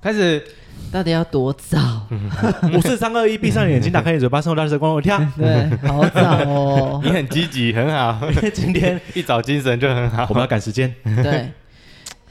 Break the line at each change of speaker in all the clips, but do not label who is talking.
开始，
到底要多 早？
五四三二一，闭上眼睛，打开你嘴巴，生活大事光我啊跳。
对，好早哦。
你很积极，很好，
今天
一早精神就很好
我，们要赶时间，
对，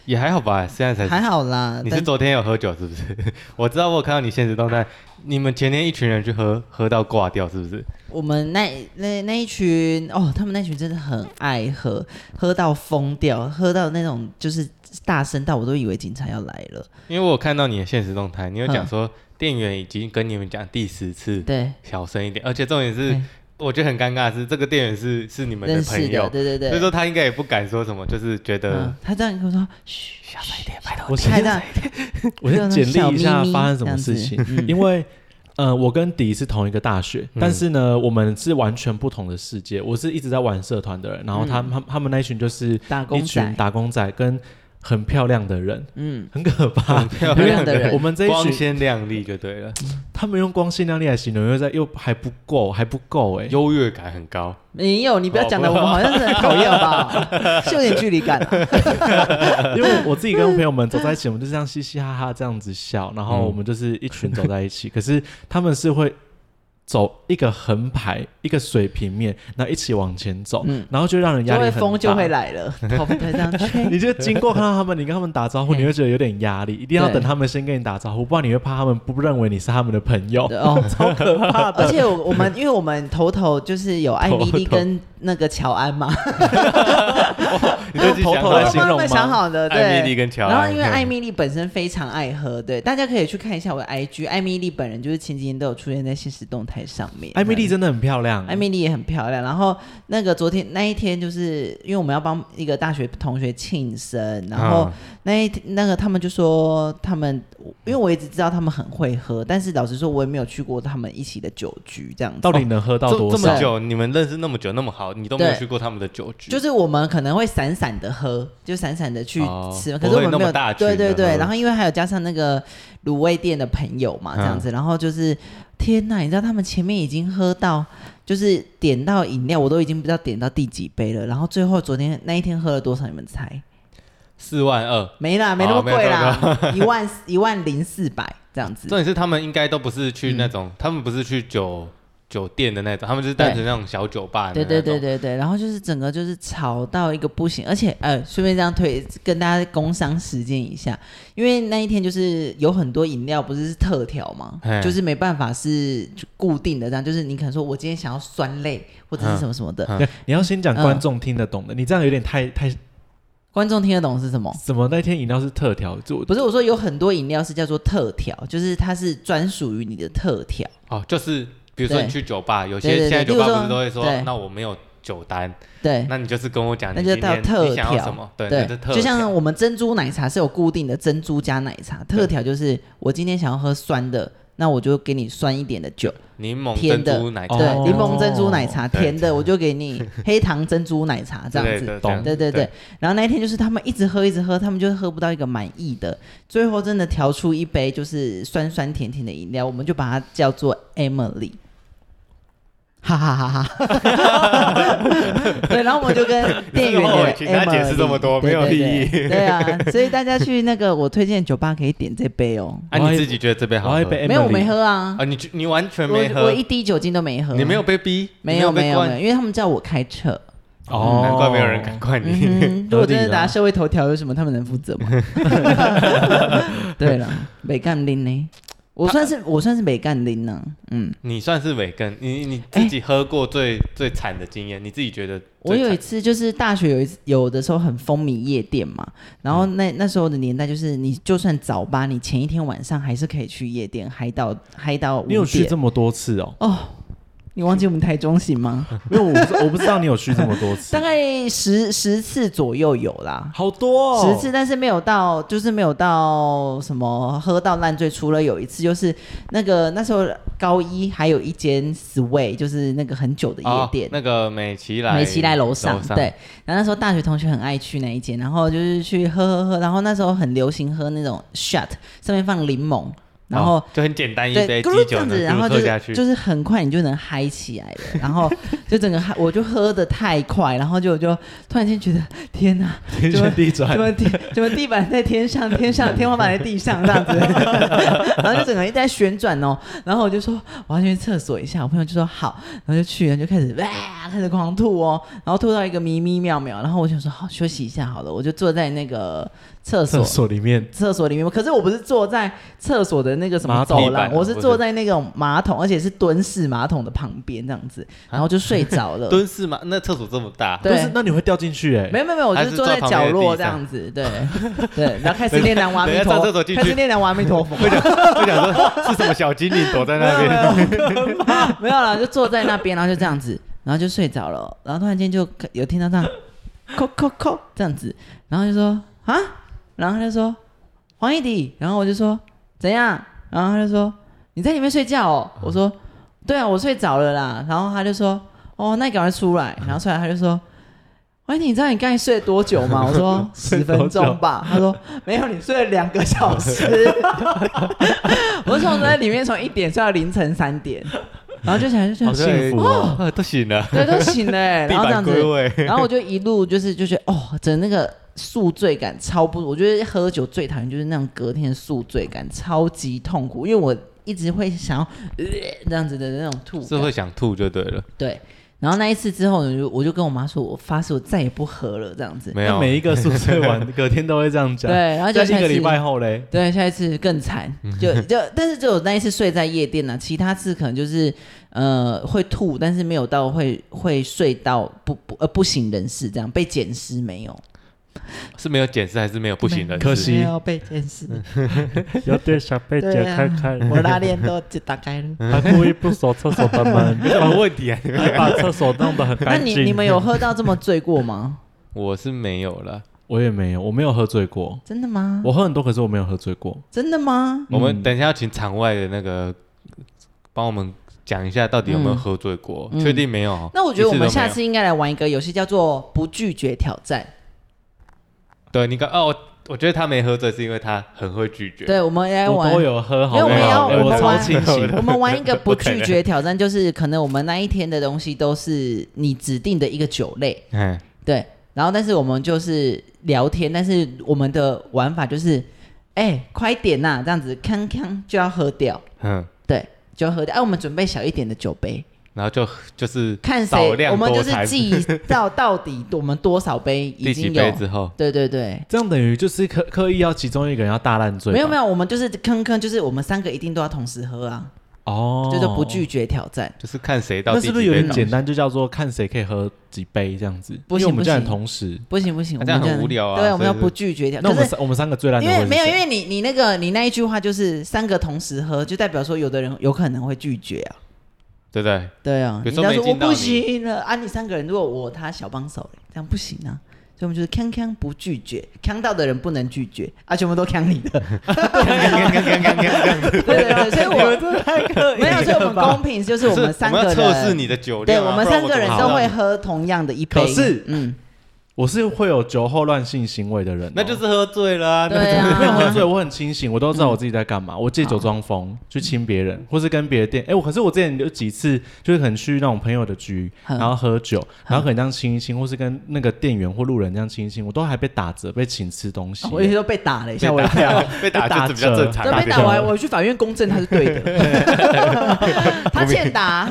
也还好吧。现在才
还好啦。
你是
但
昨天有喝酒是不是？ 我知道我有看到你现实动态，你们前天一群人去喝，喝到挂掉是不是？
我们那那那一群哦，他们那群真的很爱喝，喝到疯掉，喝到那种就是大声到我都以为警察要来了。
因为我有看到你的现实动态，你有讲
嗯
说店员已经跟你们讲第十次
对，
小声一点，而且重点是
对，
我觉得很尴尬的是这个店员是是你们
认识
朋友
的，，对对对。
所以说他应该也不敢说什么，就是觉得
嗯，他这样跟我说：“嘘，小声一点，拜托。”
呃我
太
先
大，
我先简历
小
一下
咪咪
发生什么 事情，因为。呃，我跟迪是同一个大学，但是呢，我们是完全不同的世界。我是一直在玩社团的人，然后他们、他们那一群就是
打
一
工
群
仔，
打工仔跟很漂亮的人，
嗯，
很 可怕。
漂
这
亮
样的人
我们这一
光
群，
鲜亮丽就对了，
他们用光鲜亮丽来形容，又在又还不够，还不够哎、
优越感很高。
没有，你不要讲
哦
的，我们好像是很讨厌吧？ 是有点距离感啊。
因为我自己跟朋友们走在一起，我们就这样嘻嘻哈哈这样子笑，然后我们就是一群走在一起。可是他们是会走一个横排，一个水平面，然后一起往前走，
嗯
然后就让人压
就
力
会
很大。
风就会来了， 跑不太上去。
你就经过看到他们，你跟他们打招呼，
嗯
你会觉得有点压力，一定要
对
等他们先跟你打招呼，不然你会怕他们不认为你是他们的朋友。
对哦，
超可怕的
而且我我们因为我们头头就是有艾米丽
头头
跟那个乔安 嘛，
你就自己
头
想
头
好
在
了
形
帮他
容吗
们想好的，对。
艾米丽跟乔安
然后因为艾米丽本身非常爱喝，对，大家可以去看一下我的 IG，艾米丽本人就是前几天都有出现在现实动态上面。
艾哎米丽真的很漂亮，啊
哎艾米丽也很漂亮。然后那个昨天那一天，就是因为我们要帮一个大学同学庆生，然后
嗯
啊
那一天那个他们就说他们，因为我一直知道他们很会喝，但是老实说，我也没有去过他们一起的酒局这样子。
到底能喝到
这
多
这
少
么？久，你们认识那么久，那么好，你都没有
对
去过他们的酒局，
就是我们可能会散散的喝，就散散的去
哦
吃，
不
可是我
会
们
那
没
么
有
大群
对对
的喝
对，然后因为还有加上那个卤味店的朋友嘛，
嗯
这样子，然后就是天呐，你知道他们前面已经喝到，就是点到饮料，我都已经不知道点到第几杯了，然后最后昨天那一天喝了多少，你们猜？
四万二。
没啦，没那么
哦没有
贵啦，一万一万零四百这样子
重。点是他们应该都不是去那种，他们不是去酒酒店的那种，他们就是单纯那种小酒吧的
对
那种。
对对对对，然后就是整个就是吵到一个不行，而且呃，顺便这样推跟大家工商实践一下，因为那一天就是有很多饮料不是是特调嘛
嘿，
就是没办法是就固定的这样，就是你可能说我今天想要酸类或者是什么什么的，
嗯
你要先讲观众听得懂的，你这样有点太太
观众听得懂是什
嗯
么？
怎么？那天饮料是特调，就
不是我说有很多饮料是叫做特调，就是它是专属于你的特调，
哦，就是比如说
对
你去酒吧，有些
对对对
现在酒
例如
吧
说
不是都会说
对，
那我没有酒单，
对。
那你就是跟我讲，
那
你
就
今
到
天
特
你想要
调
什么？对，
对
那是，特
就像
调
我们珍珠奶茶是有固定的珍珠加奶茶，特调就是我今天想要喝酸的，那我就给你酸一点的酒，
柠檬珍
甜的
珠奶茶
哦
对，柠檬珍珠奶茶
对
甜的，我就 给你黑糖珍珠奶茶
之
这
类
样子。
的，
懂
这样
对对对
对，，
然后那一天就是他们一直喝一直喝，他们就喝不到一个满意的，最后真的调出一杯就是酸酸甜甜的饮料，我们就把它叫做 Emily，哈哈哈哈，对，然后我们就跟店员
你是后
的
悔请他
Emily
解释这么多
对
没有
对对
意义
对啊，所以大家去那个我推荐的酒吧可以点这杯哦，
啊，你自己觉得这杯好
我要一
喝？
杯 Emily
没有我没喝啊，
啊，你去你完全没
我我
喝，
一滴酒精都没喝，啊
你没有被逼，
没
你
有
被
没有
灌
没有，因为他们叫我开车。
哦，
难怪没有人敢。灌你。
嗯哼，如果真的
合理
打
啦
社会头条，有什么他们能负责吗？对了，北干林呢？我算是我算是北干林呢，嗯。
你算是尾根，你你自己喝过最最惨的经验，你自己觉得最
哎我有
惨
一次就是大学有一次有的时候很风靡夜店嘛，然后那、那时候的年代就是你就算早八，你前一天晚上还是可以去夜店嗨到嗨到五
你有去
点
这么多次哦？
哦，你忘记我们台中行吗？
因为我不是我不知道你有去这么多次
大， 概十十次左右有啦。
好多哦，
十次，但是没有到，就是没有到什么喝到烂醉。除了有一次，就是那个那时候高一还有一间 Sway，就是那个很久的夜店
哦，那个美琪来
美琪来楼上，
上哦
对。然后那时候大学同学很爱去那一间，然后就是去喝喝喝，然后那时候很流行喝那种 shot，上面放柠檬，然后、
哦就很简单一杯
对，
基
咕噜这
酒
样
呢，
子，然后就
喝下
是
去，
就是很快你就能嗨起来了，然后就整个 嗨，我就喝的太快，然后就就突然间觉得天哪，
天
就
旋地
怎
转，
么地怎么地板在天上，天上天花板在地上这样子， 然后就整个一直在旋转哦。然后我就说我要去厕所一下，我朋友就说好，然后就去了，就开始哇、开始狂吐哦，然后吐到一个迷迷妙妙，然后我想说好休息一下好了，我就坐在那个厕所
厕所里面
厕所里面，可是我不是坐在厕所的那个什么
马
桶
走廊，
地板
我是坐在那种马桶，而且是蹲式马桶的旁边这样子，
啊
然后就睡着 了。
蹲式嘛，那厕所这么大，
对
但是那你会掉进去哎、
没有没有没有，我
还
就是是坐在
坐旁
角
边的
落
地
这
上
样子，对对，然后开始念南无阿弥
等一下
陀
上厕所
佛，
进
开
去
始念南无阿弥陀佛。
会想会想说是什么小精灵躲在那边，
没有啦，就坐在那边，然后就这样子，然后就睡着了，然后突然间就有听到 这样，扣扣扣这样子，然后就说啊，然后他就说黄一迪，然后我就说怎样，然后他就说你在里面睡觉哦，我说对啊，我睡着了啦，然后他就说哦，那你赶快出来，然后出来他就说。黄一迪，你知道你刚才睡了多久 吗？我说
睡
十
多久
分钟吧。他说没有，你睡了两个小时。我从在里面从一点睡到凌晨三点，然后就想就觉
好
得
幸福哦，
啊，都醒了，
对，都醒 了欸，
地
然后
板
这样
归
子，
位，
然后我就一路就是就觉得哦，整那个宿醉感超不，我觉得喝酒最讨厌就是那种隔天的宿醉感超级痛苦，因为我一直会想要、呃、这样子的那种吐
是
感，
会想吐就对了，
对。然后那一次之后，我就我就跟我妈说，我发誓我再也不喝了，这样子。
没有啊
那每一个宿舍完隔天都会这样讲，
对，，然后就
在一
下
个礼
次
拜 后嘞，
对，下一次更惨，就就但是只有那一次睡在夜店呢、其他次可能就是呃会吐，但是没有到会会睡到不不呃不省人事这样被捡尸没有，
是没有检视还是没有不行的？
可惜
没有被捡尸，
有点想被解
对
开开，
啊，我拉链都就打开了。
他故意不锁厕所的门，
有什么问 题啊？你们
还把厕所弄得很
那
干
你
净。
你们有喝到这么醉过吗？
我是没有了。
我也没有，我没有喝醉过，
真的吗？
我喝很多，可是我没有喝醉过。
真的吗？
我们
嗯
等一下要请场外的那个帮我们讲一下，到底有没有喝醉过？
嗯
确定没有？
那我觉得我们
一都没
下
有
次应该来玩一个游戏，叫做不拒绝挑战。
对你刚哦，我我觉得他没喝醉是因为他很会拒绝。
对，我们来
我
玩
都。有喝，好
因为我们
不好
要
哎
我
我
们
超
玩
清 醒的。
我们玩一个不
不可能
拒绝挑战，就是可能我们那一天的东西都是你指定的一个酒类，
哎，
对。然后，但是我们就是聊天，但是我们的玩法就是，哎、快点呐、这样子，康康就要喝掉，
嗯，
对，就要喝掉。哎、我们准备小一点的酒杯，
然后就就是
看谁
少，量
我们就
多
是
餐
记到到底我们多少杯已
第几
经
杯
有，
之后，
对对对。
这样等于就是刻刻意要其中一个人要大烂醉吧，
没有没有，我们就是坑坑，就是我们三个一定都要同时喝啊，
哦，
就是不拒绝挑战。
就是看谁到
那
第几
是不是有
杯
点
到。
简单？就叫做看谁可以喝几杯这样子，
不行
因为我们
不
这样
行
同时，
不行不行，
那
我
这样
们
很
这样
无聊啊
对，我们要
所以是
不拒绝掉。
那我
可
们
是
三我们三个最烂的
因
会
为
是
没有，因
谁
为你你那个你那一句话就是三个同时喝，就代表说有的人有可能会拒绝啊。
对不对？
对啊，
有
你
时候
要说
没
我
见到
不行了啊，你三个人如果我他小帮手嘞，这样不行啊。所以我们就是康康不拒绝，康到的人不能拒绝啊，全部都康你的。对对对，所以我没有，所以我们公平 就是我
可是
们三个
我
人
们要测试你的酒
对
量啊、
我们
不然
三个人
怎么
都
知道
会喝同样的一杯。
可是
嗯，
我是会有酒后乱性行为的人哦、
那就是喝醉了、啊。
对
我没有喝
啊，
醉，我很清醒，我都知道我自己在干嘛。我借酒装疯去亲别人，或是跟别的店。哎、我可是我之前有几次，就是可能去那种朋友的局，
嗯
然后喝酒，然后可能这样亲一亲，或是跟那个店员或路人这样亲一亲，我都还被打折，被请吃东西。
哦我有些时候被打了，吓我一跳。
啊 被打
打
就是比较
折
正常。
这被打
折
完，我去法院公证他是对的，他欠打。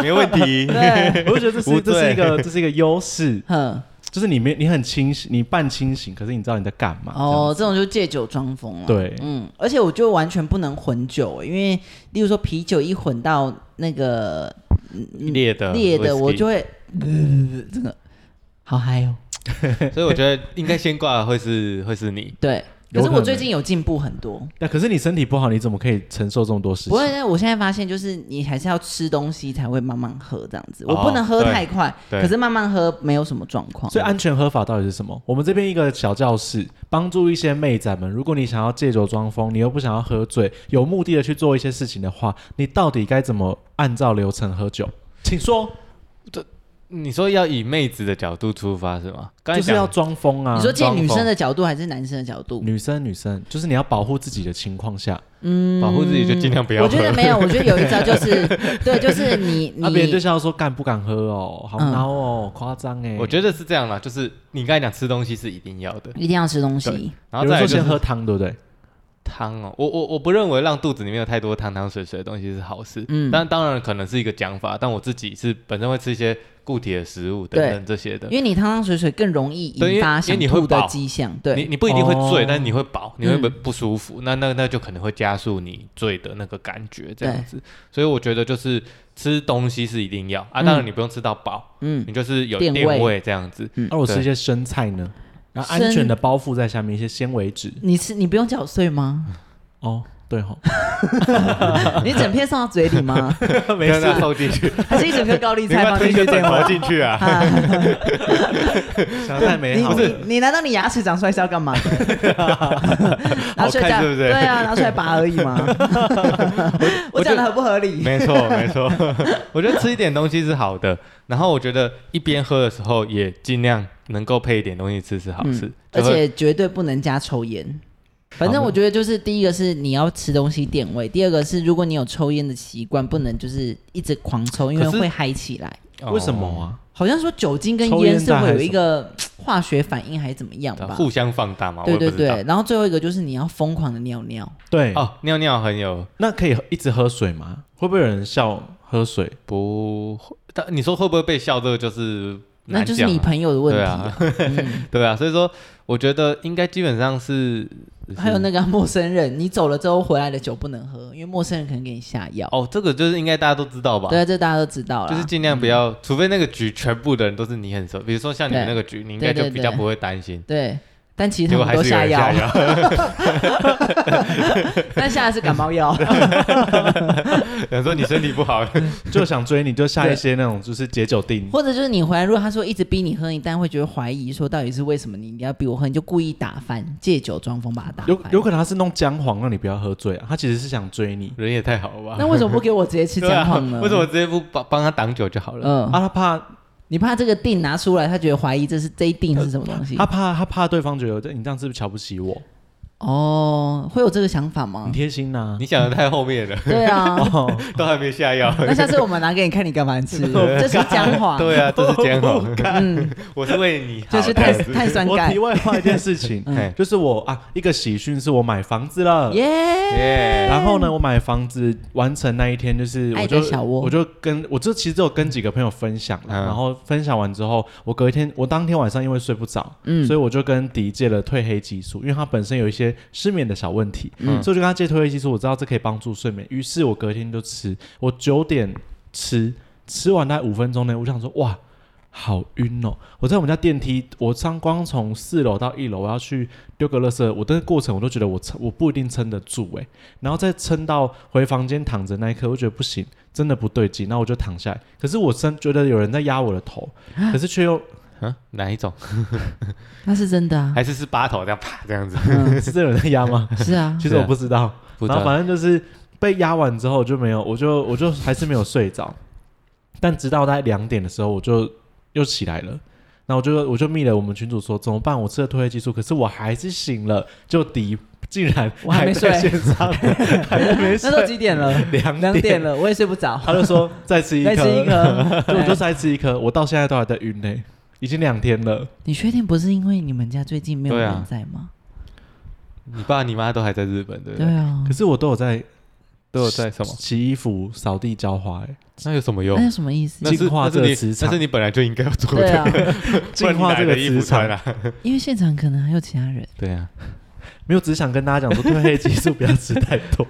没问题。
对，嗯
我就觉得这
无
是
罪
这是一个这是一个优势，
哼，
欸就是你没你很清醒，你半清醒，可是你知道你在干嘛。
哦
哦，，
这种就借酒装疯了。
对
嗯，而且我就完全不能混酒，因为例如说啤酒一混到那个
烈的
烈的，
whisky
我就会呃这个好嗨哦。
所以我觉得应该先挂的会是会是你，
对，可是
有
我
能
最近有进步很多，
那可是你身体不好，你怎么可以承受这么多事
不过
情？
呢我现在发现，就是你还是要吃东西才会慢慢喝这样子，
哦
我不能喝太快，
对对
可是慢慢喝没有什么状况。
所以安全喝法到底是什么？我们这边一个小教室，帮助一些妹仔们，如果你想要借酒装疯，你又不想要喝醉，有目的的去做一些事情的话，你到底该怎么按照流程喝酒？请说，
你说要以妹子的角度出发是吗？刚才
就是要
讲
装疯啊！
你说借
装
女生
疯
的角度还是男生的角度？
女生女生，就是你要保护自己的情况下，
保护自己就尽量不要
嗯我
喝。
觉得没有，我觉得有一招就是，对，就是你你、
那、啊别人就是要说干不敢喝哦，好
嗯
孬哦，夸张哎。
我觉得是这样啦，就是你刚才讲吃东西是一定要的，
一定要吃东
对
西，
然后
有
再
人
来
说
就是
先喝汤，对不对？
汤哦，我我我不认为让肚子里面有太多汤汤水水的东西是好事，
嗯
但当然可能是一个讲法，但我自己是本身会吃一些固体的食物等等这些的
因，为你汤汤水水更容易
对因
引
为
发
因为
想
你
吐
会饱
的迹象。
你
对，
你不一定会醉，
哦
但你会饱，你会不不舒服，那那那就可能会加速你醉的那个感觉这样子，所以我觉得就是吃东西是一定要啊，
嗯
当然你不用吃到饱，
嗯，
你就是有
垫
垫
胃
位这样子，
而我吃
对
一些生菜呢，然后
生
安全的包覆在下面一些纤维质。
你吃你不用嚼碎 吗？
哦，对吼，
你整片送到嘴里吗？
没事放进去，
还是一整颗高丽
你
菜
把
放进
推
去
个
对
枕
吗
头？进去啊，
啊，
想太美
你
好
不是
了。
你你难道你牙齿长出来是要 干嘛的？拿出来这样
好看对不对
啊，拿出来拔而已嘛。 我
我
讲
就
的合不合理？
没错，没错。 我觉得吃一点东西是好的，然后我觉得一边喝的时候也尽量能够配一点东西吃是好事，
嗯而
就会
且绝对不能加抽烟。反正我觉得就是第一个是你要吃东西垫胃，第二个是如果你有抽烟的习惯，不能就是一直狂抽，因为
可是
会嗨起来。
哦
为什么？啊？
好像说酒精跟
抽
烟
烟
是
大
会
还
有
是
一个化学反应还是怎么样
哦
吧？
互相放大嘛，我
对
也不知
对
道
对，。然后最后一个就是你要疯狂的尿尿，
对，
哦，尿尿很有
那可以一直喝水吗？会不会有人笑喝水？
不会，但你说会不会被笑？这个就是
那
难
就是
讲
你
啊，
朋友的问题、
对啊
嗯
对啊。所以说，我觉得应该基本上是
还有那个陌生人，你走了之后回来的酒不能喝，因为陌生人可能给你下药。
哦，这个就是应该大家都知道吧？
对啊，这大家都知道了。
就是尽量不要，除非那个局全部的人都是你很熟，比如说像你们那个局，你应该就
对对
比较
对
不会担心。
对，但其实
结果
他们
还
都
是有
下
人下，
药
药，
但下的是感冒药。
想说你身体不好，
就想追你，就下一些那种就是解酒定。
或者就是你回来，如果他说一直逼你喝，你当然会觉得怀疑，说到底是为什么你一定要逼我喝？你就故意打翻，借酒装疯把他打
有
翻。
有可能他是弄姜黄让你不要喝醉啊，他其实是想追你，
人也太好了吧？
那为什么不给我直接吃
对啊
姜黄呢？
为什么？ 直接不帮帮他挡酒就好了？
嗯，
啊他怕
你怕这个定拿出来，他觉得怀疑这是这一定是什么东西
他？怕他怕对方觉得哎你这样是不是瞧不起我？
哦，会有这个想法吗
很？贴心呐
你。想的太后面了，
对啊，
哦，
都还没下药。
那下次我们拿给你看，你干嘛 吃？这是姜黄，
对啊，这是煎熬，
嗯，
我是为你好，
就是嗯
太，
碳碳酸
我
钙
题，外话一件事 情
哎
就是我啊一个喜讯是我买房子了。
耶！
耶，
然后呢，我买房子完成那一天，就是
爱的
我就
小窝
我就跟我就其实有跟几个朋友分享了，
嗯
然后分享完之后，我隔一天我当天晚上因为睡不着，
嗯
所以我就跟迪借了褪黑激素，因为他本身有一些失眠的小问题，
嗯
所以我就跟他借褪黑激素，我知道这可以帮助睡眠，于是我隔天就吃，我九点吃，吃完大概五分钟内，我想说哇。好晕哦！我在我们家电梯，我上光从四楼到一楼，我要去丢个垃圾，我的过程我都觉得我撑我不一定撑得住诶、然后再撑到回房间躺着那一刻，我觉得不行，真的不对劲，那我就躺下来。可是我真觉得有人在压我的头，可是却又
嗯哪一种？
那是真的啊，
还是是八头这样啪这样子？
嗯，
是真的有人在压吗？
是啊，
其实我不知道，
不知
然后
道，
反正就是被压完之后就没有，我就我就还是没有睡着，但直到大概两点的时候，我就又起来了。那我就我就密了我们群主说怎么办？我吃了褪黑激素，可是我还是醒了，就敌竟然
我还没
在
睡
线上， 还没
那都
睡，
几点了？
两
两点了，我也睡不着。
他就说再吃一颗，
再吃一颗
对我就再吃一颗，我到现在都还在晕呢、已经两天了。
你确定不是因为你们家最近没有
对啊
人在吗？
你爸你妈都还在日本，对不
对
对？
啊
可，是我都有在
都有在什么？
洗衣服、扫地、浇花、欸，
那有什么用
那？有什么意思
那？是
净化
那是
这个
你
磁
那是
场
你本来就应该要做
哎对
的，
啊，
不然
净
你
化
哪
这
来
个
的衣服
磁场
穿。啊。
因为现场可能还有其他人。
对啊，
没有，只是想跟大家讲说，褪黑激素不要吃太 多，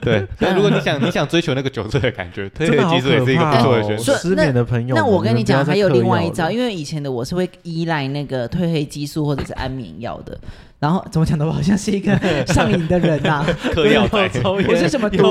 对，所以如果你想你想追求那个酒醉的感觉，褪
真的好
黑激素也是一个不错的选
可
择。
怕哦失眠的朋友们，
那我跟你讲，还有另外一招，
为
因为以前的我是会依赖那个褪黑激素或者是安眠药的。然后怎么讲的？我好像是一个上瘾的人呐、
嗑药仔，
我是什么毒？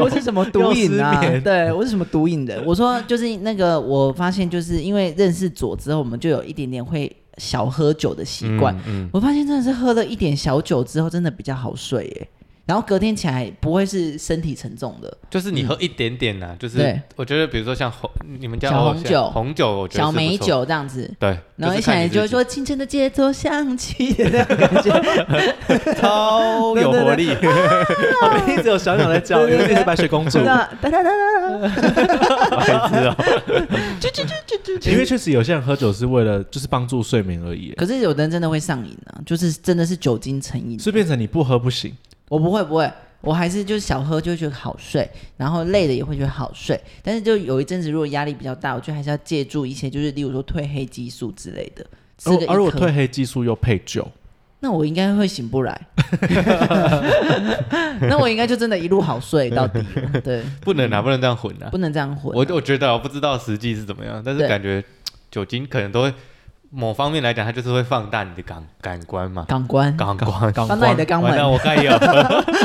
我是什么毒瘾啊？对，我是什么毒瘾的？我说就是那个，我发现就是因为认识左之后，我们就有一点点会小喝酒的习惯。
嗯，
我发现真的是喝了一点小酒之后，真的比较好睡耶。然后隔天起来不会是身体沉重的，
就是你喝一点点呐，就是
对
我觉得比如说像红，你们家
小
哦
红
像
酒
红酒我觉得
小
是不
美
错，
酒这样子。
对，
然后一
是
起
看
来
你
就
自
会
己
说清晨的街头响起的那种感 觉，
超有活力，
我们一直有小鸟在叫，因为这是白雪公 主
真，的哒哒哒哒哒，
白痴哦。
啊
啾啾啾啾啾。
因为确实有些人喝酒是为了就是帮助睡眠而已，
可是有的人真的会上瘾啊，就是真的是酒精成瘾。
是变成你不喝不行。
我不会不会，我还是就是小喝就会觉得好睡，然后累了也会觉得好睡。但是就有一阵子如果压力比较大，我觉得还是要借助一些，就是例如说褪黑激素之类的，吃
而
哦
个一
啊
而我
颗
褪，黑激素又配酒，
那我应该会醒不 来。那我应该就真的一路好睡到底了。对，
不能啊，不能这样混啊！
不能这样混啊、
我我觉得我不知道实际是怎么样，但是
对
感觉酒精可能都会某方面来讲，它就是会放大你的感感官嘛，
感官
感官。
港
放大你的肛
完了，
门，
我刚也有，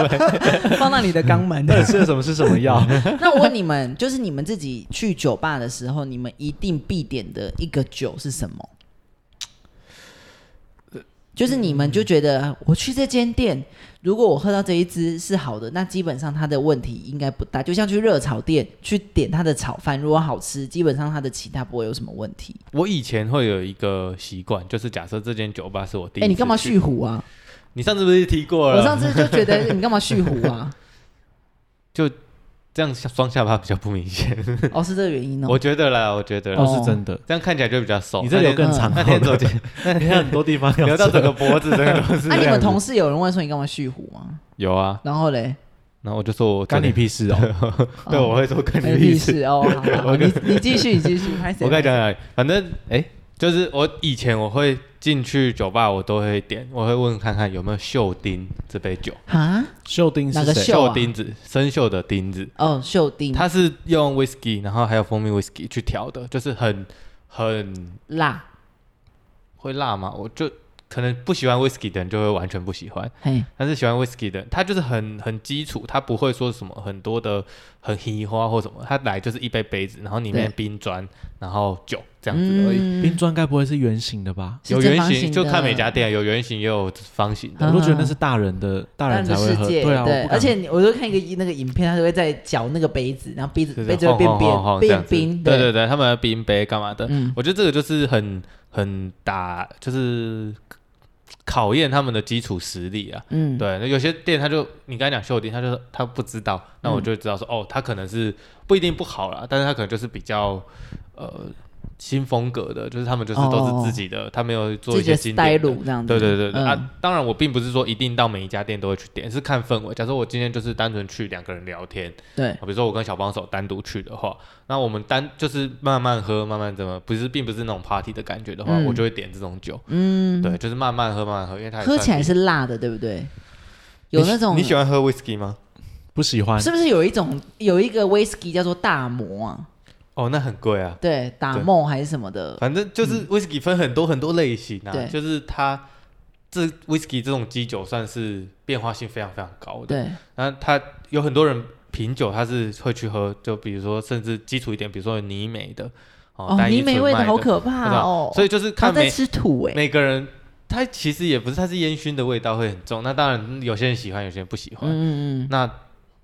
放大你的肛 门。
到底吃了什么是什么 药？
那我问你们，就是你们自己去酒吧的时候，你们一定必点的一个酒是什么？就是你们就觉得我去这间店，如果我喝到这一支是好的，那基本上它的问题应该不大。就像去热炒店去点它的炒饭，如果好吃，基本上它的其他不会有什么问题。
我以前会有一个习惯，就是假设这间酒吧是我第一
哎、
次，
你干嘛蓄？胡啊？
你上次不是提过了？
我上次就觉得你干嘛蓄 胡啊？
这样下双下巴比较不明显，
哦，是这个原因
我
哦。
觉得啦，我觉得
哦
都是真的。
这样看起来就比较瘦。
哦你这留
那天
更长，
那天 走进，
你看很多地方要
留到整个脖子，整个都是这
那、啊你
样
们
子。
同事有人问说你干嘛蓄 胡吗？
有啊，
然后嘞，
然后我就说我
干你
昨天，
屁 事哦！
对，我会说干
没
你
屁
屁事。
事哦。好好好你你继续，你继续。拍谁
我跟你，
拍谁
讲讲，反正哎、就是我以前我会进去酒吧，我都会点，我会问看看有没有锈丁这杯酒，
哈，
秀丁
哪
是
个
谁？
秀啊
锈钉子，生锈的钉子，
哦，秀丁
它是用 whisky，然后还有蜂蜜 whisky 去调的，就是很很
辣，
会辣嘛，我就可能不喜欢 whisky 的人就会完全不喜欢，
嘿，
但是喜欢 whisky 的人，他就是很很基础，他不会说什么很多的很稀花或什么，他来就是一杯杯子，然后里面
对嗯
冰砖，然后酒这
这
样子而已。
冰砖该不会是圆形的吧？
有圆形，就看每
美
家店有圆形也有方形的。
啊
我都觉得那是大人的大人才会
世
喝，
界，
啊，我不敢
而且你我就看一个那个影片，他都会在搅那个杯子，然后杯子
就是
杯子会变
晃晃
变
晃这样
变
子
冰，
对对，对，他们的冰杯干嘛的？
嗯，
我觉得这个就是很很打，就是考验他们的基础实力啊。
嗯，
对，那有些店他就你刚才讲秀丁，他就他不知道，那
嗯
我就知道说、哦，他可能是不一定不好啦，但是他可能就是比较呃新风格的，就是他们就是都
哦
是自己的，他没有做
自
一些
己
经
的呆
典的。
乳这样子，
对对对对、
嗯
啊！当然，我并不是说一定到每一家店都会去点，是看氛围。假设我今天就是单纯去两个人聊天，
对
啊，比如说我跟小帮手单独去的话，那我们单就是慢慢喝，慢慢怎么，不是并不是那种 party 的感觉的话，
嗯
我就会点这种酒。
嗯，
对，就是慢慢喝，慢慢喝，因为它也
喝
算
起来
是
是辣的，对不对？有那种
你喜欢喝 whisky 吗？
不喜
啊
欢。
是不是有一种有一个 whisky 叫做大魔啊？
哦，那很贵啊。
对，打
对
梦还是什么的？
反正就是 whisky 分很多很多类型啊，
嗯对
就是它这 whisky 这种基酒算是变化性非常非常高的。
对，
那它有很多人品酒，他是会去喝，就比如说甚至基础一点，比如说有泥煤的哦，
哦，
单一
泥煤
纯
味的
麦
好
的
可
不知
怕
道
哦，
所以就是
他
看
在
每
吃土哎，
每个人，他其实也不是，他是烟熏的味道会很重。那当然，有些人喜欢，有些人不喜欢。
嗯嗯
那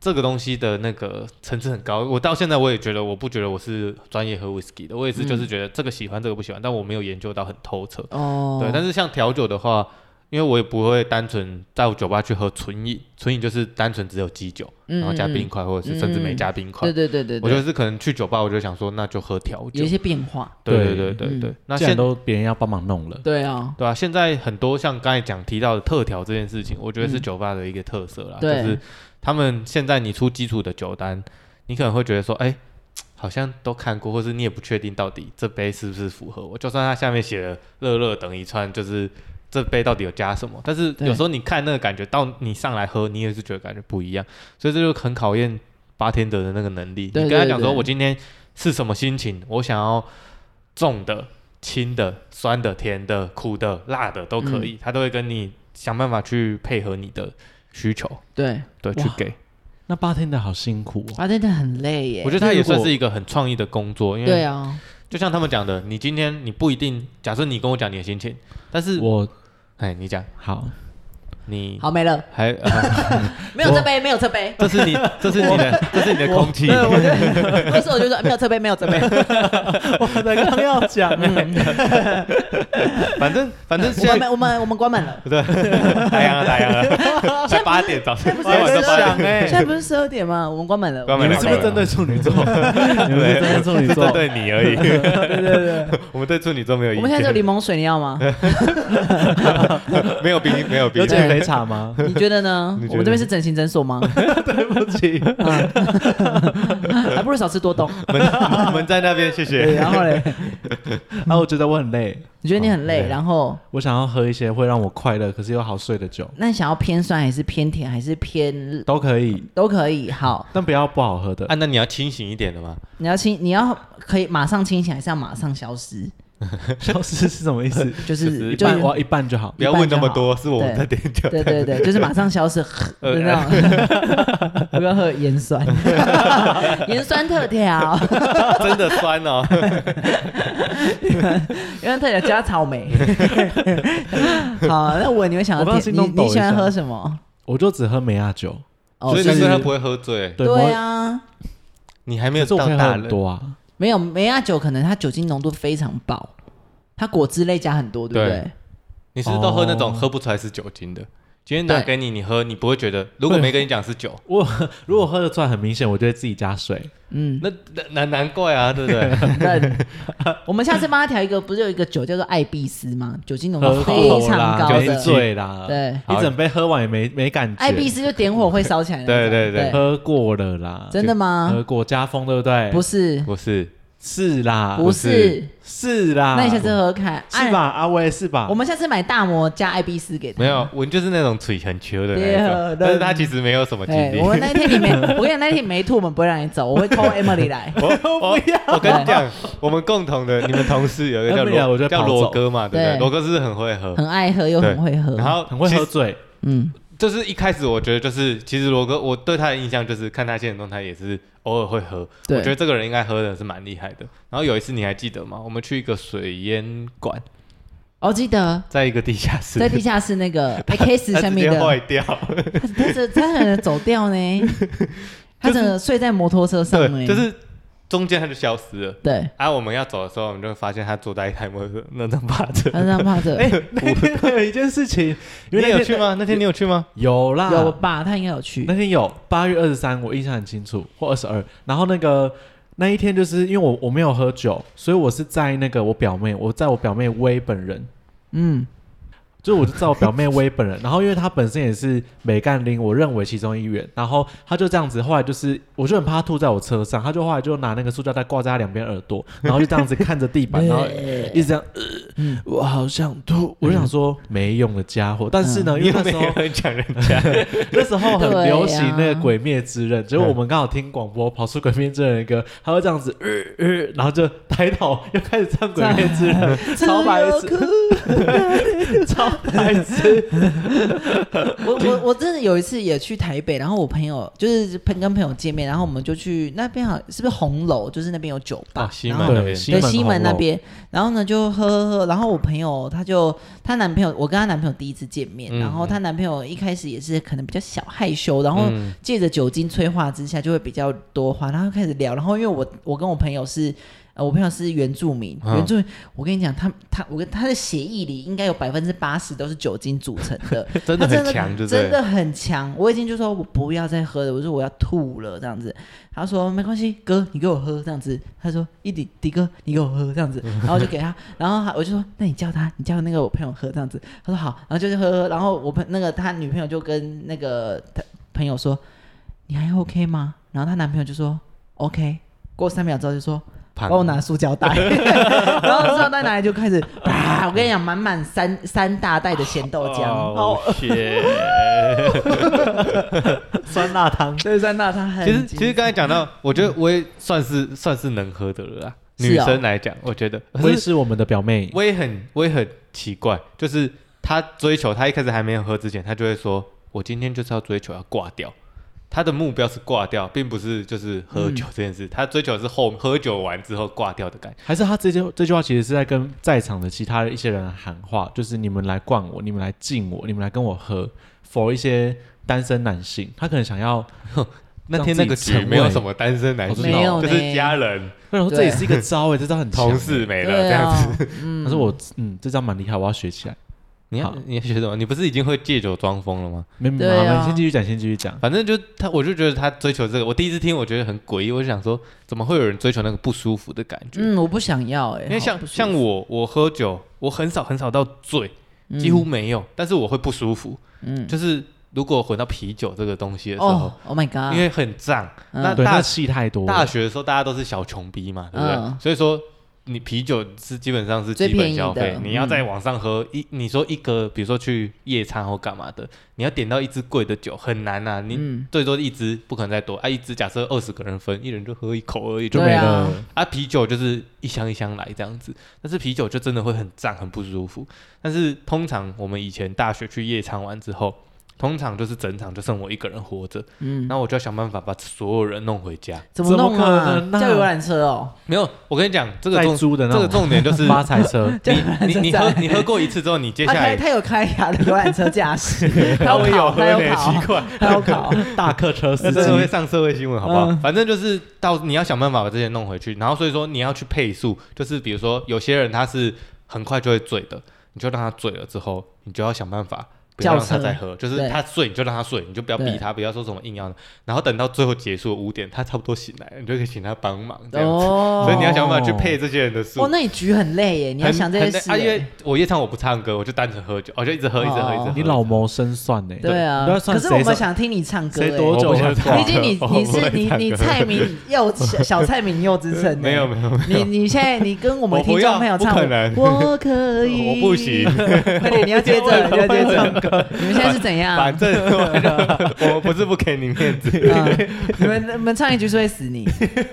这个东西的那个层次很高，我到现在我也觉得，我不觉得我是专业喝 whisky 的，我也是就是觉得这个喜欢，这个不喜欢，但我没有研究到很透彻。
嗯，哦，
对，但是像调酒的话，因为我也不会单纯到酒吧去喝纯饮，纯饮就是单纯只有基酒，
嗯
然后加冰块，或者是甚至没加冰块。
对对对对
我
对，
就是可能去酒吧，我就想说那就喝调
有
酒
一。些变化。
对
对
对对对对
嗯，
那
既
现
然都别人要帮忙弄了，
对啊，
对啊，现在很多像刚才讲提到的特调这件事情，我觉得是
嗯
酒吧的一个特色啦，
对
就是他们现在你出基础的酒单，你可能会觉得说，哎、好像都看过，或是你也不确定到底这杯是不是符合我。就算它下面写了“热热等一串”，就是这杯到底有加什么，但是
对
有时候你看那个感觉，到你上来喝，你也是觉得感觉不一样，所以这就很考验八天德的那个能力。
对
你跟他
对
讲说，
对
我今天是什么心情，我想要重的、轻的、酸的、甜的、苦的、辣的都可以，
嗯
他都会跟你想办法去配合你的需求，
对，
对，
哇
去给。
那八天的好辛苦哦。
啊，真的很累耶。
我觉得他也
那如果
算是一个很创意的工作，因
对
为
啊，
就像他们讲的，你今天你不一定，假设你跟我讲你的心情，但是
我
哎，你讲
好，
你
好没了，
还、呃
没有这杯，没有这杯。
这是你这是你的这是你的空气，
那时候我 就说没有这杯，没有这杯。
我才刚要讲哎，
反正反正现在
我
哎
们我们我们关门了。
对，打烊了打烊了，才八点早上，
现在不
才晚
是
上八
想
点，
哎
现，在不是十二点吗？我们关门了。
关
你
门
们是
啊
不是针对处女座？ 你们是针对处 女
对
座？
对你 而已，对对对， 我们对处女座没有意
我们现在只有
见，
柠檬水，你要吗？
没有 冰没有
有
冰，
减肥茶吗？
你觉得呢？
你觉得
我们这边是整形诊所 吗？
对不起，
还不如少吃多动。
门门在那边，谢
对，
谢。
然后嘞，
啊，我觉得我很累，
你觉得你很
哦
累，
对
然后
我想要喝一些会让我快乐，可是又好睡的酒，
那你想要偏酸还是偏甜还是偏
都可以，
都可以。好，
但不要不好喝的
啊，。那你要清醒一点的嘛，
你要清，你要可以马上清醒，还是要马上消失？
消失是什么意思？
就
就
是
是
一
一
就
半，我
是
要一 半就好
不。要问那么多，是我们在点酒。
对对 对，就是马上消失
呃
的那种。
呃
不要喝盐 酸，盐酸特调，
真的酸 哦，
盐酸特调加草 莓。好，那我你会想
我帮
要
他
甜？
心
你
动抖
你
一
喜欢
下
喝什么？
我就只喝梅亚酒，
哦
所以
就
你
是
说他不会喝醉，
对
对啊，
你还没
可
有
是我
到
可以喝
大
很
人，
多啊。
没有梅亚酒，可能它酒精浓度非常爆，它果汁类加很多，对不
对
对？
你是不是都喝那种
哦
喝不出来是酒精的？今天拿
对
给你，你喝，你不会觉得，如果没跟你讲是酒，
我如果喝的出来很明显，我就会自己加水。
嗯，
那那难难怪啊，对不对？
那我们下次帮他调一个，不是有一个酒叫做艾必斯吗？酒精浓度
喝
非
够
常
啦，
高
酒
没
精
的，
醉啦。
对
一整杯喝完也没没感觉。
艾必斯就点火会烧起来的那种。
对对对
喝过了啦，
真的吗
喝？过加风对不对？
不是，
不是，
是啦，
不是。
是啦。
那你下次喝喝看，啊
是吧？阿威是吧
哎？我们下次买大摩加艾必斯给他。
没有，我就是那种嘴很球的
别
那
喝
啊
种，但是他其实没有什么经
哎，
历。
我那天你没，我跟你讲，那天你没吐，我们不会让你走，我会 call Emily 来。
我 我我跟你讲，我们共同的你们同事有一个 叫
没有我
罗
觉得
叫
跑
罗
走
哥嘛，对不对？
对
罗哥是不是很会喝，
很爱喝又嗯很会喝，
然后
很会
其
喝
实
醉，
嗯，
就是一开始我觉得就是，其实罗哥我对他的印象就是看他现在动态也是偶尔会喝，我觉得
对，
这个人应该喝的是蛮厉害的。然后有一次你还记得吗？我们去一个水烟馆，
我哦记得
在一个地下室，
在地下室 那个 case
它
下
直
面
接
的，
坏掉，
他他这他可能走掉 呢，他整个睡在摩托车上呢，
对，就是中间他就消失了。
对，
啊，我们要走的时候，我们就会发现他坐在一台摩托车那张趴着。
他让 怕着
哎，那 天还有一件事情，因
你
为那
有
天
去吗？那天你有去吗？
有啦，
有吧？他应该有去
那，天有八月二十三，我印象很清楚，或二十二。然后那个那一天，就是因为我我没有喝酒，所以我是在那个我表妹，我在我表妹薇本人，
嗯，
就是我就在我表妹薇本人。然后因为她本身也是美干林，我认为其中一员。然后她就这样子，后来就是我就很怕她吐在我车上，她就后来就拿那个塑胶袋挂在她两边耳朵，然后就这样子看着地 板，然后一直这样，呃
嗯
我好想吐。我就想说没用的家伙，但是呢，
嗯
因
你又没
为那时候
有很讲人家，
那时候很流行那
对啊
个《鬼灭之刃》结果我们刚好听广播跑出《鬼灭之刃》的歌，他会这样子，呃呃，然后就抬头又开始唱《鬼灭之 刃》，超白痴，超白痴。
我我我真的有一次也去台北，然后我朋友就是朋跟朋友见面，然后我们就去那边好是不是红楼，就是那边有酒吧，
哦西
然
门
后
那边
对西门那
红楼，
边，然后呢就喝喝喝，然后我朋友她就她男朋友，我跟她男朋友第一次见面，
嗯
然后她男朋友一开始也是可能比较小害羞，然后
嗯
借着酒精催化之下就会比较多话，然后开始聊，然后因为我我跟我朋友是。呃，我朋友是原住民，
嗯
原住民，我跟你讲，他他我跟他的协议里应该有百分之八十都是酒精组成的，
真
他
的 很
真的
强，对不
真
对？
的很强。我已经就说我不要再喝了，我说我要吐了这样子。他说没关系，哥，你给我喝这样子。他说一迪迪哥，你给我喝这 样子，然后我就给他，然后他我就说那你叫他，你叫那个我朋友喝这样子。他说好，然后就是喝喝，然后我朋那个他女朋友就跟那个他朋友说你还 OK 吗？然后她男朋友就说 OK。过三秒之后就说
胖
帮我拿塑胶袋，然后塑胶袋拿来就开始啪哇，我跟你讲，满满三三大袋的咸豆浆，
Oh,
哦，天，
酸辣 汤，
对酸辣汤很
其实
精
其实刚才讲 到，我觉得我也算是算是能喝的了啦。
是哦
女生来讲，我觉得，
我也是我们的表妹，
我也很我也很奇怪，就是她追求，她一开始还没有喝之前，她就会说，我今天就是要追求要挂掉。她的目标是挂掉，并不是就是喝酒这件
嗯
事。她追求的是后喝酒完之后挂掉的感觉。
还是她这句这句话其实是在跟在场的其他的一些人喊话，就是你们来灌我，你们来敬我，你们来跟我喝，for 一些单身男性，他可能想要，
那天那个
让
局
自己
没有什么单身男性，
没有
哦就
呢
是家人、
然后
对
这也是一个招哎、这招很强
同事没了这
对
样
啊
子。，
嗯
可是我嗯，这招蛮厉害，我要学起来。
你要
好
你要学什么？你不是已经会借酒装疯了吗？
没没，
对
好
啊
你先继续讲，先继续讲。
反正就他，我就觉得他追求这个，我第一次听我觉得很诡异，我就想说，怎么会有人追求那个不舒服的感觉？
嗯，我不想要哎、
因为
好
像
不舒服
像我，我喝酒，我很少很少到醉，几乎没有，但是我会不舒服，
嗯
就是如果混到啤酒这个东西的时候，
哦，Oh my God，
因为很胀。
嗯
那
对，
大
那戏太多了，
大学的时候大家都是小穷逼嘛，对不对？
嗯
所以说你啤酒是基本上是
最
基
便
本
宜
消费
的，嗯
你要在网上喝一，你说一个，比如说去夜餐或干嘛的，你要点到一支贵的酒很难啊，你
嗯
最多一支，不可能再多啊，一支假设二十个人分，一人就喝一口而已，就
就
没
没
对
了。
啊
了。
啊，啤酒就是一箱一箱来这样子，但是啤酒就真的会很胀，很不舒服。但是通常我们以前大学去夜场完之后，通常就是整场就剩我一个人活着，
嗯
然，后我就要想办法把所有人弄回家。
怎么弄
怎么可
啊
能？啊
叫游览车哦，
没有，我跟你讲，这个
在
重
租的那
这
种
个重点 就是
发财车，
叫游
你
览车
你你
载
喝你喝过一次之后，你接
他
下
开
来
啊他有开他的游览车驾驶， 他有考， 他有考，
欸怪，
他有考，
大客 车司
这
机
真的会上社会新闻，好不好？
嗯
反正就是到你要想办法把这些弄回去，然后所以说你要去配速，就是比如说有些人他是很快就会醉的，你就让他醉了之后，你就要想办法。不要
叫
让他
车
再喝，就是
对
他睡你就让他睡，你就不要逼
对
他，不要说什么硬要的。然后等到最后结束五点，他差不多醒来了，你就可以请他帮忙这样子。
哦
所以你要想办法去配这些人的速。
哦，那你局很累耶，你要
很
想这
很
些事欸
啊，因为
耶，
我夜唱我不唱歌，我就单纯喝酒，我就一直喝，一直喝，一直喝
哦。
你老谋深算呢。
对啊
你不要。算
可是
谁
我们
手
想听你唱歌
谁
耶，
多久
我不想
会
唱
毕
挂
竟你
啊 我
你
不会
是你
唱
你
歌
蔡明幼小小蔡明幼之称，
没有。没有，
你你现在你跟我们
我不
听
要
众朋友
不
唱，
可能
我可 以，
我不行
快点，你要 接着，你要接着， 你们现在是怎
反
样？
正我 我们不是不给你面子。
嗯你们你们唱一句是会死 你，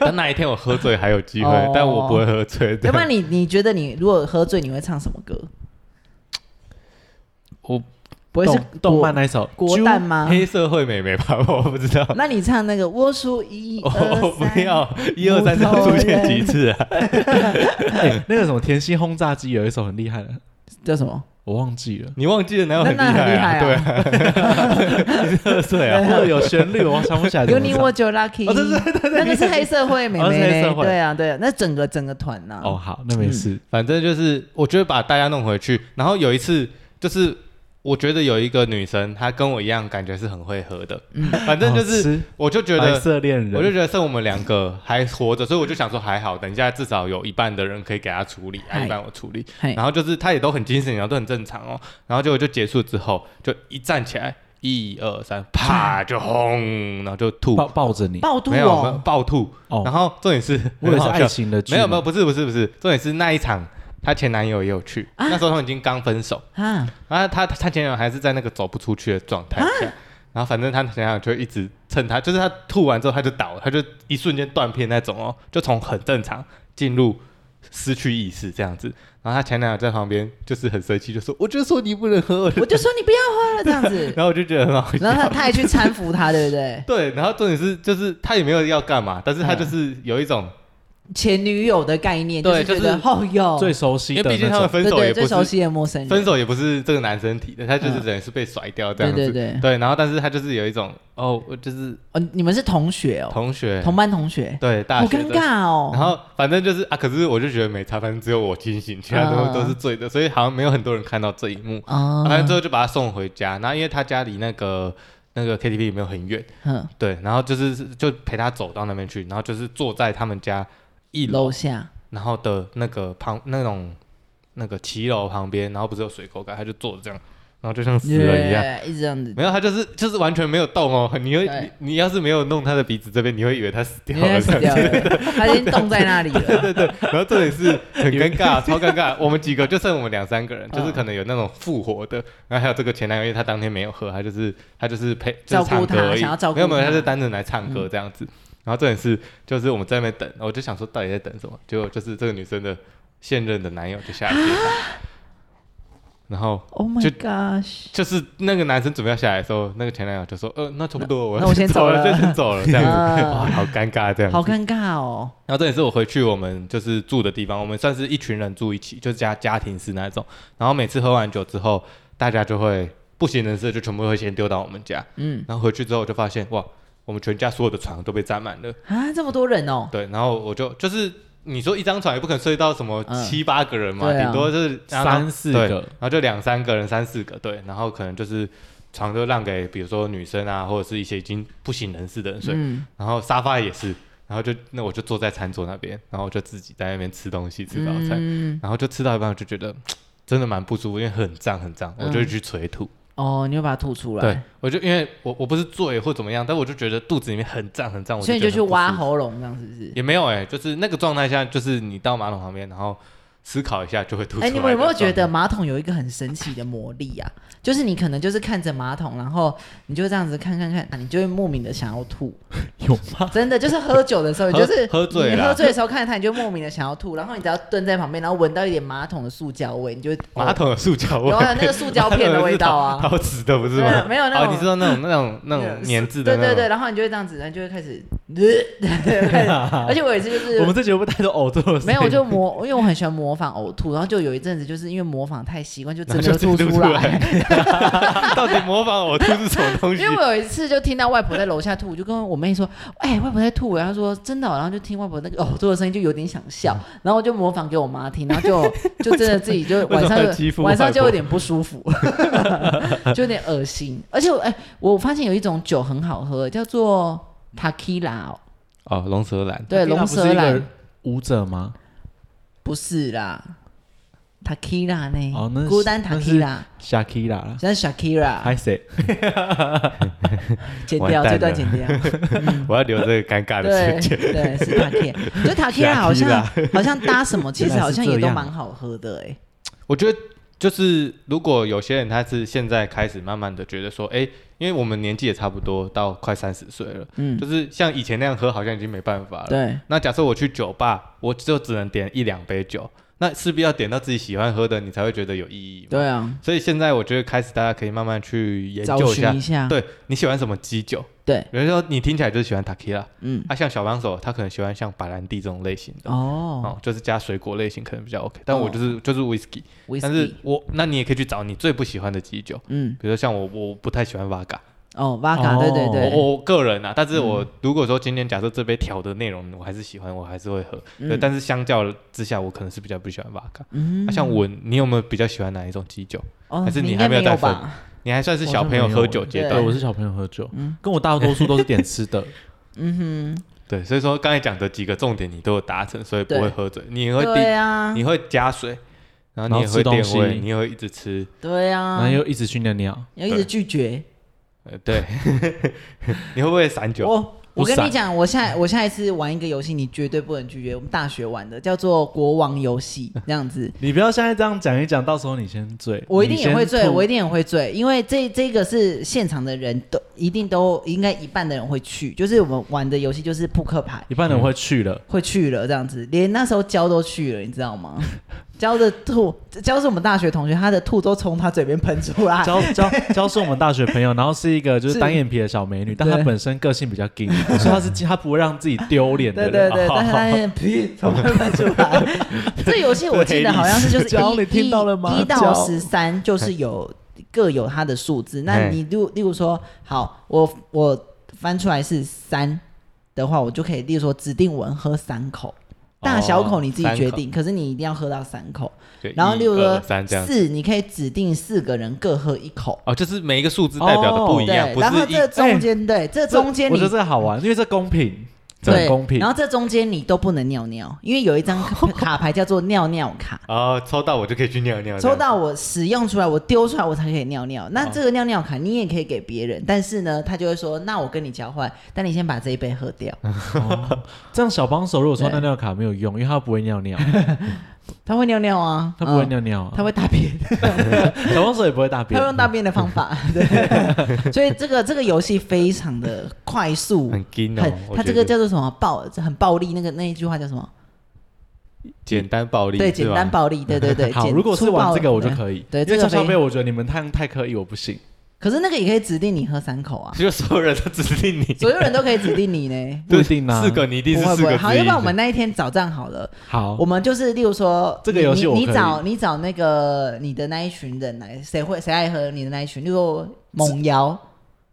等哪一天我喝醉还有机会
哦，
但我不会喝醉。
要不然
对
你你觉得你如果喝醉你会唱什么歌？
我
不会是
动动漫那啊一首
国国蛋吗？
黑社会美眉吧，我不知道。
那你唱那个我数 一
我 我
二
哦不
三，
要一二三，要出现几次啊？
哎那个什么甜心轰炸机有一首很厉害的，
叫什么？
我忘记了。
你忘记了哪有很厉
那那很
害
厉
啊？
害啊
对啊，你是喝醉 啊？
那个有旋律，我想不 起来怎
有
么唱。
你我就 lucky，
哦对
那个是黑社会妹
哦是黑
妹
社
嘞，
会
对啊对啊，那整个整个团啊呐，
哦，好，那没事。
反正就是我觉得把大家弄回去。然后有一次就是。我觉得有一个女生，她跟我一样，感觉是很会喝的。
嗯
反正就
哦
好
是
吃，
我就觉
白
得
色恋人，
我就觉得剩我们两个还活着，所以我就想说还好，等一下至少有一半的人可以给他处理，啊、
嗨
一半我处理。
嘿
然后就是他也都很精神，然后都很正常哦。然后结果就结束之后，就一站起来，一二三，啪就轰，然后就吐，
抱抱着你。
爆肚
没有没有
哦，
暴吐。
哦
然后重点是，
我以
很
为是
好
爱
笑
情的剧，
没有没有，不是不是不是，重点是那一场她前男友也有去，
啊
那时候他们已经刚分手，
啊，
然后她她前男友还是在那个走不出去的状态下，然后反正她前男友就一直趁她，就是她吐完之后她就倒了，她就一瞬间断片那种哦，就从很正常进入失去意识这样子。然后她前男友在旁边就是很生气，就说：“我就说你不能喝。”我就，
我就说你不要喝了这样子
然后我就觉得很好
然后他
笑。
他还去搀扶他，对不对？
对，然后重点是就是她也没有要干嘛，但是她就是有一种，
前女友的概念，
对
就是觉
就
得
是
哦哟，
最熟悉
因
的
为毕竟
那
他们分
种。
对
手也
对最
不
熟
是。
悉的陌生人，
分手也不是这个男生提的，他就是
嗯
等于是被甩掉这
对
样子。
对对，
对，然后但是他就是有一种哦，我就是
哦，你们是同学哦，
同学，
同班同学，
对大
好
学
尴
的。
尬
然
哦，
后反正就是啊，可是我就觉得没差，反正只有我清醒，其他都
嗯
都是醉的，所以好像没有很多人看到这一幕。
啊
反正最后就把他送回家，然后因为他家离那个那个 KTV 也没有很远，
嗯，
对，然后就是就陪他走到那边去，然后就是坐在他们家一楼，
楼下，
然后的那个旁那种那个骑楼旁边，然后不是有水沟盖，他就坐着这样，然后就像死了一样。
Yeah，一直这样子
没有，他就是就是完全没有动哦。你会
对
你你要是没有弄他的鼻子这边，你会以为他死掉
因为
了。
死掉了，他已经冻在那 里了。
对对，然后这里是很尴尬，超尴尬。我们几个就剩我们两三个 人，就是可能有那种复活的，然后还有这个前男友，因为他当天没有喝，他就是他就是陪就
照
是唱
顾他
歌而已，
想要照顾
没有没有，
他嗯
他是单纯来唱歌这样子。然后这里是就是我们在那边等，我就想说到底在等什么？结果就是这个女生的现任的男友就下来接
啊
她，然后
Oh
就
my gosh！
就是那个男生准备要下来的时候，那个前男友就说：“呃，那差不多，我
那我先
走
走
了，
了
就先走了。”这样子，
啊
哇，好尴尬，这样子
好。尴尬哦，
然后这也是我回去我们就是住的地方，我们算是一群人住一起，就是家家庭式那种。然后每次喝完酒之后，大家就会不省人事，就全部会先丢到我们家。
嗯
然后回去之后，我就发现哇，我们全家所有的床都被占满了。
啊，这么多人哦，
对，然后我就就是你说一张床也不可能睡到什么
嗯
七八个人嘛，
对啊
顶多就是
三四
对
个，
然后就两三个人、三四个，对，然后可能就是床都让给比如说女生啊，或者是一些已经不省人事的人睡，
嗯
然后沙发也是，然后就那我就坐在餐桌那边，然后我就自己在那边吃东西吃早餐，
嗯，
然后就吃到一半我就觉得嗯真的蛮不舒服，因为很胀很胀，
嗯
我就去捶吐，
哦，你会把它吐出来，
对，我就因为我我不是醉或怎么样，但我就觉得肚子里面很胀很胀，我
所以你
觉
就
得
去
很不
挖
舒服，
喉咙，这样是不是？
也没有哎、就是那个状态下，就是你到马桶旁边，然后思考一下就会吐出来
哎，
的
你
状
们
态。
有没有觉得马桶有一个很神奇的魔力啊？就是你可能就是看着马桶，然后你就这样子看看看，啊你就会莫名的想要 吐。
有吗？
真的就是喝酒的时候，你就是
喝喝醉
你
啦
喝醉的时候看着它，你就莫名的想要吐。然后你只要蹲在旁边，然后闻到一点马桶的塑胶味，你就会哦
马。桶有塑胶味？
然后还有那个塑胶 片的味道啊
陶瓷的不是
没有
吗？
没有那种
哦，你知道那种那种那
那
种
个
粘滞的那
对
种，
对对，然后你就会这样子，然后就会开始，呃开始而且我有一次就是
我们这节目带着呕吐的声音，
没有，我就模，因为我很喜欢模仿呕吐，然后就有一阵子就是因为模仿太习惯，就 真
然后就
的
自己
吐
吐
出
出
来。
来。 到底模仿呕吐是什么东西
因？为我有一次就听到外婆在楼下吐，我就跟我妹说：“哎、外婆在吐。”然后她说：“真的哦、然后就听外婆那个呕吐的声音，就有点想笑。然后我就模仿给我妈听，然后就就真的自己就晚
嗯为
上
什么要欺
就
负
晚上就
外婆
有点不舒 服， 就有点恶心。而且我哎、我发现有一种酒很好喝，叫做 Tequila，、哦、
哦，龙舌兰，
对，
他
龙
不是
舌
一
兰
个舞者吗？
不是啦，Tequila 呢？
哦那是
孤单
那是
Tequila，
Shakira 啦，
现在 Shakira。
还谁？
剪掉
完蛋
这
了
段，剪掉。
我要留这个尴尬的
对
瞬间。
对，是塔 K，就塔 K 好 像好像搭什么，其实好像也都蛮好喝的哎。
我觉得就是，如果有些人他是现在开始慢慢的觉得说，哎，因为我们年纪也差不多到快三十岁了，
嗯，
就是像以前那样喝，好像已经没办法了。
对，
那假设我去酒吧，我就只能点一两杯酒，那势必要点到自己喜欢喝的，你才会觉得有意义嘛。
对啊，
所以现在我觉得开始大家可以慢慢去研
找
究一下，
寻一下，
对你喜欢什么基酒。
对，
比如说你听起来就是喜欢 Takila，
嗯，
啊，像小帮手他可能喜欢像白兰地这种类型的。
哦
哦，就是加水果类型可能比较 OK，但我
哦
就是、就是 whisky，
，whisky，
但是我那你也可以去找你最不喜欢的基酒，
嗯，
比如说像我我不太喜欢 v a g a
哦，Vaga，
哦
对对
我
对，
我个人啊，但是我如果说今天假设这杯调的内容我还是喜欢，我还是会喝，
嗯
对，但是相较之下我可能是比较不喜欢 v a g a
嗯
那像文，你有没有比较喜欢哪一种基酒？
哦
还是
你
你
应
还
该
没
没
有在分
吧？
你还算是小朋友
好像没有欸
喝酒阶
对
段
对，，我是小朋友喝酒
嗯，
跟我大多数都是点吃的。
嗯哼，
对，所以说刚才讲的几个重点你都有达成，所以不
对
会喝醉，你也会第
对啊，
你会加水，然
然
后
后
你也会
吃东
垫位，
西
你也会一直吃，
对
然
啊
后，又一直去尿尿，
要一直拒绝。
呃，对， 你会不会散酒？
我哦我跟
不散
你讲，我下我下一次玩一个游戏，你绝对不能拒绝。我们大学玩的叫做国王游戏，这样子。
你不要现在这样讲一讲，到时候你先醉，
我一定也会
你
醉，
先吐
我一定也会醉，因为这这个是现场的人都一定都应该一半的人会去，就是我们玩的游戏就是扑克牌
一般人会去了。
会去了这样子，连那时候焦都去了，你知道吗？焦的吐，焦是我们大学同学，他的吐都从他嘴边喷出来，
教教教是我们大学朋友，然后是一个就是
是
单眼皮的小美女，但她
对
本身个性比较硬，所以她是 她不会让自己丢脸的
对
人。
对对，
哦
但是他 那屁从那边出 来。这游戏我记得好像是就是
这黑历史
一
你听到了吗
一一到
教
十三就是有各有它的数字。那
嘿
你例如例如说，好，我我翻出来是三的话，我就可以例如说指定文喝三口。大小口你自己
哦三口
决定，可是你一定要喝到三口。
对
然后，
一
例如
二
说
三这样子，
四，你可以指定四个人各喝一口。
哦，就是每一个数字代表的不一样，
哦对，
不
然后
是一哎
这中间，对，这
这
中间
我
你
觉得这个好玩，因为这公平。很公平
然。后这中间你都不能尿尿，因为有一张卡卡牌叫做尿尿卡，
哦，抽到我就可以去尿尿。
抽到我使用出来，我丢出来，我才可以尿尿。那这个尿尿卡你也可以给别人，但是呢，他就会说，那我跟你交换，但你先把这一杯喝掉。
哦这样小帮手如果抽
对
尿尿卡没有用，因为他不会尿尿，
他会尿尿啊，
他不会
嗯，
尿尿啊，
他会大便，
小帮手也不会大
他
便
会。用大便的方法。对，所以这个这个游戏非常的快速
这样，很硬
很
哦，我
他这
觉
个
得
叫做什么暴，很暴力。那个那一句话叫什么？
简单暴力，
对，
是
简
吗
单暴力。对对对，
好，
简
如果是玩这个我就。
粗暴
可以，
对
因
这
为跷
个
跷
没
杯我觉得你们太太刻意，我不行。
可是那个也可以指定你喝三口啊，
就所有人都指定 你，
所有人都可以指定你呢。
不一定啊
四个你一定
不
是
会
四
不
个之一。
会，好，要不然我们那一天找这样好了，
好
我，们就是例如说
这个游戏
你
我
你你
可以
找你找那个你的那一群人来，谁会谁爱喝你的那一群，例如说猛摇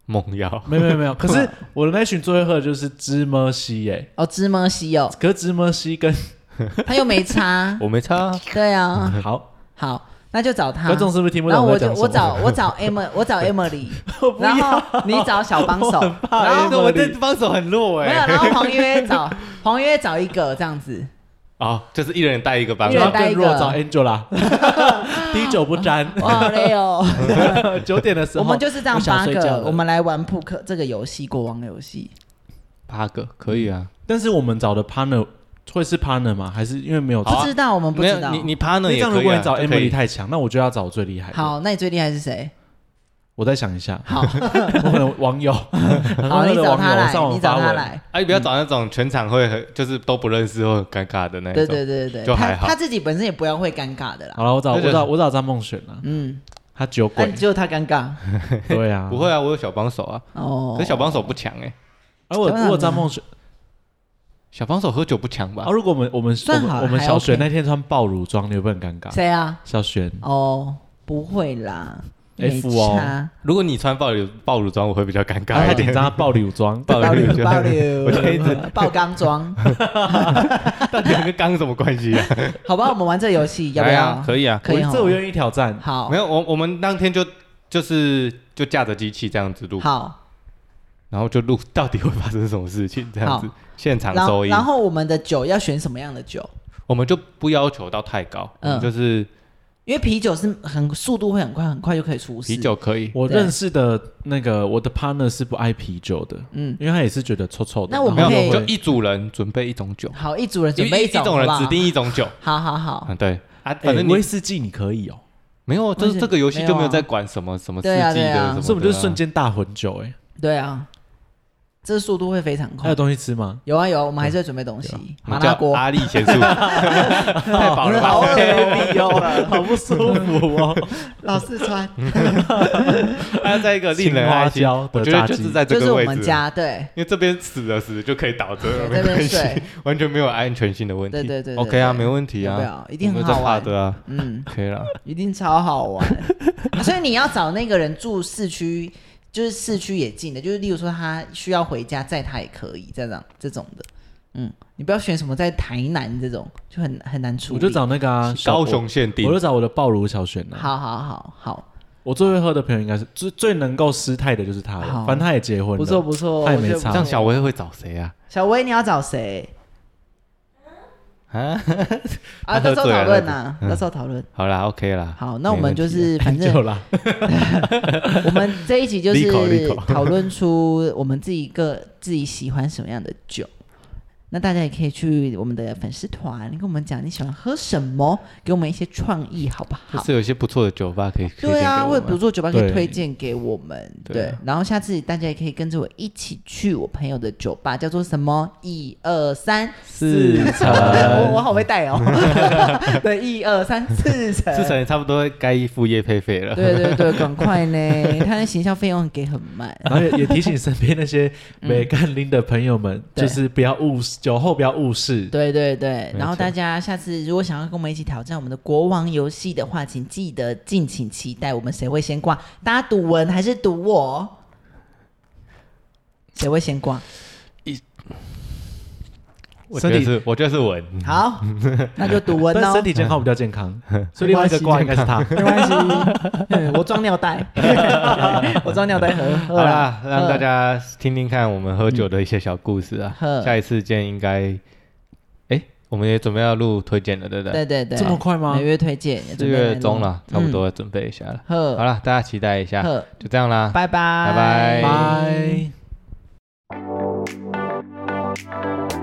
猛摇，，
没有没有没有，可是我的那群最会喝的就是芝麻西耶，
哦，芝麻西哦，
可是芝麻西跟
他又没差
我没差啊，
对啊，
好，
好，那就找他
观。众是不是听不
然
懂
后我就
在讲什
我
么？
找我找 Emma 我 找 Emily，
我不
然
要，
后你找小帮手，
怕
然后
哎那我
Emily
这帮手很弱
没有，
哎。
然后黄约找黄约找一个这样子，
哦，就是一人带一个帮
一人
手
然后
带
更
一个
弱找 Angela，滴 酒不沾，
我好累哦。
九点的时
我
候
们就是这样八
我想睡觉
个，
了
我们来玩扑克这个游戏，国
啊
王游戏。
八个，可以啊。
但是我们找的 partner 会是 partner 吗？还是因为没有？
好
不
啊
知道，我们不
没
知
有
道。
你你 partner
那这
也
样，
可
如
以
果
啊
你找
就可以
Emily 太强，那我就要找最厉害。，
好，那你最厉害是 谁？
我再想一 下，
好，
我可能 网友，
好，
好
你找他来，
上
你
网
找
发
他
文。
来。
啊，你不要找那种全场会很就是都不认识或很尴尬的那一种。
对对对对对，
哎就
他
还好
他自己本身也不要会尴尬的啦。
好了，我找
那就
我找我找张梦璇了，
嗯，
他酒
那
鬼，
只有他尴尬
对 啊，
不会。啊，我有小帮手啊，
哦
可是。小帮手不强哎，
而我
当然
如果张
啦
梦璇，
小帮手喝酒不强吧
啊，？如果我们我们我
算好
们
了
我们
还
小璇
OK
那天穿爆乳装，你会不会很尴尬？
谁啊？
小璇
哦，不会啦
F
没
哦
差
如果你穿暴乳暴乳装，我会比较尴
然
尬
哎
后
一
他紧
点。
张，他爆乳装，
爆
爆
料
料
就
爆料，
我就一直
爆钢装。
到底跟刚什么关系啊？
好吧，我们玩这游 戏要不
来
要
啊？可以啊，
可以
我
哦
这我愿意挑战。
好
没，有我我们当天就就是就架着机器这样子录，
好，
然后就录到底会发生什么事情这样子，现场
然后
收音
然，后我们的酒要选什么样的酒？
我们就不要求到太高，
嗯
嗯，就是
因为啤酒是很速度会很快，很快就可以出事。
啤，酒可以，
我
对
认识的那个我的 partner 是不爱啤酒的，
嗯，
因为他也是觉得臭臭的。
那我
没
们
有
可以
就一组人准备一种酒，
好，一组人准
一
备
一
种，
种
好
人
不好
指定一种酒，
好好好，
嗯，对啊，
哎
反正
威
你
士忌你可以哦，
没有，就
为什
是这个游戏就没
没有
有
啊
在管什么什么世
对啊
纪
对啊
的，什么的啊
所以我们就是瞬间大混 酒哎。
对啊，这速度会非常
还
快
有。东西吃吗？
有啊有啊，我们还是会准备东西，
我
麻
们叫
辣锅。
阿力贤 素，太饱啊了
好
吧？
饿哦，
好不舒服 哦，
老四川
还有再一个令人
花
开心，
椒
我
的
觉得
炸
就
鸡
是。 在这
就是
个
我
位
们
置，
家，对
因为这边死了死了就可以倒着，
对
没关系
这边，
完全没有安全性的问题。
对对对对
o k 啊，
对
没问题
要不
啊，
要？一定
我
很
们在
好
怕
玩，
的啊
嗯，
，OK 啦。
一定超好 玩。所以你要找那个人住市区，就是市区也近的，就是例如说他需要回家载他也可以，这样这种的。嗯，你不要选什么在台南这种，就很很难处
我
理。
就找那个啊，小
高雄限定
我就找我的爆乳小璇呐。
好好好好，
我最会喝的朋友应该是最最能够失态的就是他了，
好
反正他也结婚了，
不错不错，
他也
我
没
觉得
差
这
不
样
错
小薇会找谁啊？
小薇，你要找谁
啊，
啊？
他喝
到时候
醉了
讨论呐，
嗯
到时候讨论。
好啦，OK 啦。
好，那我们就
没问题啊
是反正
就啦。
我们这一集就
利口利
是
口
讨论出我们自己个自己喜欢什么样的酒。那大家也可以去我们的粉丝团，跟我们讲你喜欢喝什么，给我们一些创意，好不
就
好？
是有一些不错的酒吧可以推荐
对啊，
给我
或者
们
比如说酒吧可以
对
推荐给我们，对。
对啊
然后下次大家也可以跟着我一起去我朋友的酒吧，叫做什么？一二三，
四层
我我好会带哦。 对，一二三，四成，
至少也差不多该付业配费了。
对对对，赶快呢！他的形象费用给很慢，
然后也也提醒身边那些没干拎的朋友们，
嗯对
就是不要误事，酒后不要误事。
对对对，
没
然后
错
大家下次如果想要跟我们一起挑战我们的国王游戏的话，请记得敬请期待我们谁会先挂。大家赌文还是赌 我？谁会先挂？
我觉
身
得
体
是，我觉得是文。
好，那就读 文
但
哦
身。体健康比较健康，
嗯
所以另外一个卦应该是他。
没关系， 嗯我装尿袋，我装尿袋喝喝
好啦，嗯让大
喝
家听听看我们喝酒的一些小故事啊。
嗯
下一次见应该，哎，我们也准备要录推荐了，对不对？
对对对，
这么快吗
每月推荐，
四月中了，嗯差不多要准备一下了。
喝
好了，大家期待一下，
喝，
就这样啦，
拜拜
拜拜
拜。